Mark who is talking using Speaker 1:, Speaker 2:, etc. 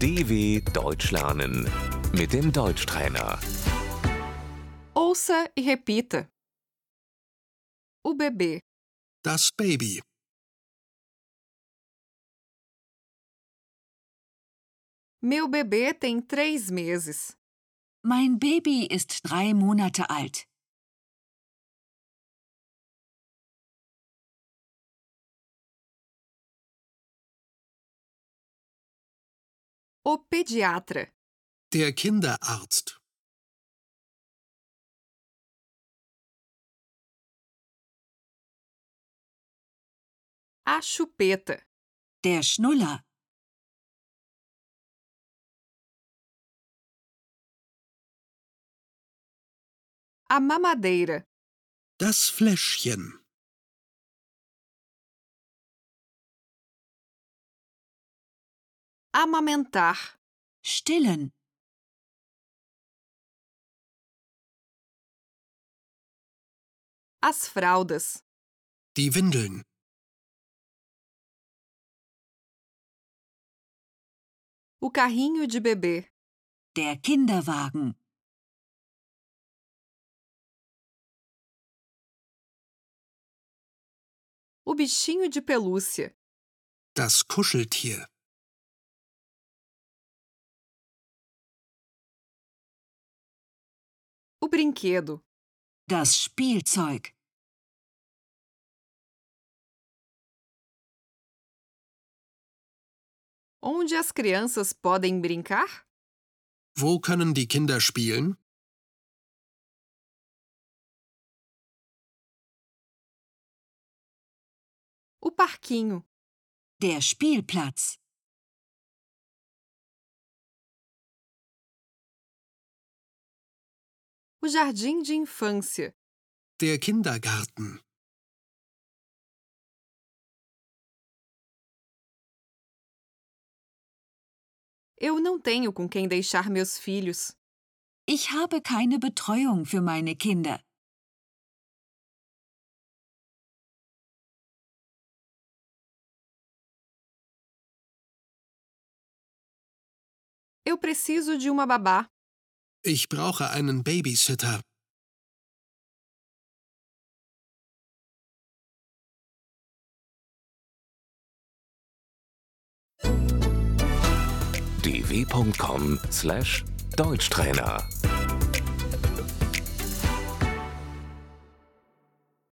Speaker 1: DW Deutsch lernen mit dem Deutschtrainer.
Speaker 2: Ouça e repita. O bebê,
Speaker 3: Das Baby.
Speaker 2: meu bebê tem três meses.
Speaker 4: Mein Baby ist drei Monate alt.
Speaker 2: O pediatra,
Speaker 3: Der Kinderarzt.
Speaker 2: a chupeta,
Speaker 4: Der Schnuller.
Speaker 2: a mamadeira,
Speaker 3: Das Fläschchen.
Speaker 2: amamentar,
Speaker 4: Stillen.
Speaker 2: as fraldas,
Speaker 3: Die Windeln.
Speaker 2: o carrinho de bebê,
Speaker 4: Der Kinderwagen.
Speaker 2: o bichinho de pelúcia,
Speaker 3: Das Kuscheltier.
Speaker 2: o brinquedo,
Speaker 4: Das Spielzeug.
Speaker 2: onde as crianças podem brincar,
Speaker 3: Wo können die Kinder spielen?
Speaker 2: o parquinho,
Speaker 4: Der Spielplatz.
Speaker 2: o jardim de infância,
Speaker 3: Der Kindergarten.
Speaker 2: Eu não tenho com quem deixar meus filhos.
Speaker 4: Ich habe keine Betreuung für meine Kinder.
Speaker 2: Eu preciso de uma babá,
Speaker 3: Ich brauche einen Babysitter.
Speaker 1: dw.com/deutschtrainer